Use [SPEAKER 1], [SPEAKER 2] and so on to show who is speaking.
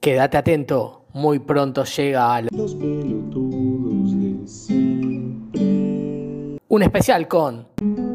[SPEAKER 1] Quédate atento, muy pronto llega a la-
[SPEAKER 2] Los pelotudos de siempre.
[SPEAKER 1] un especial con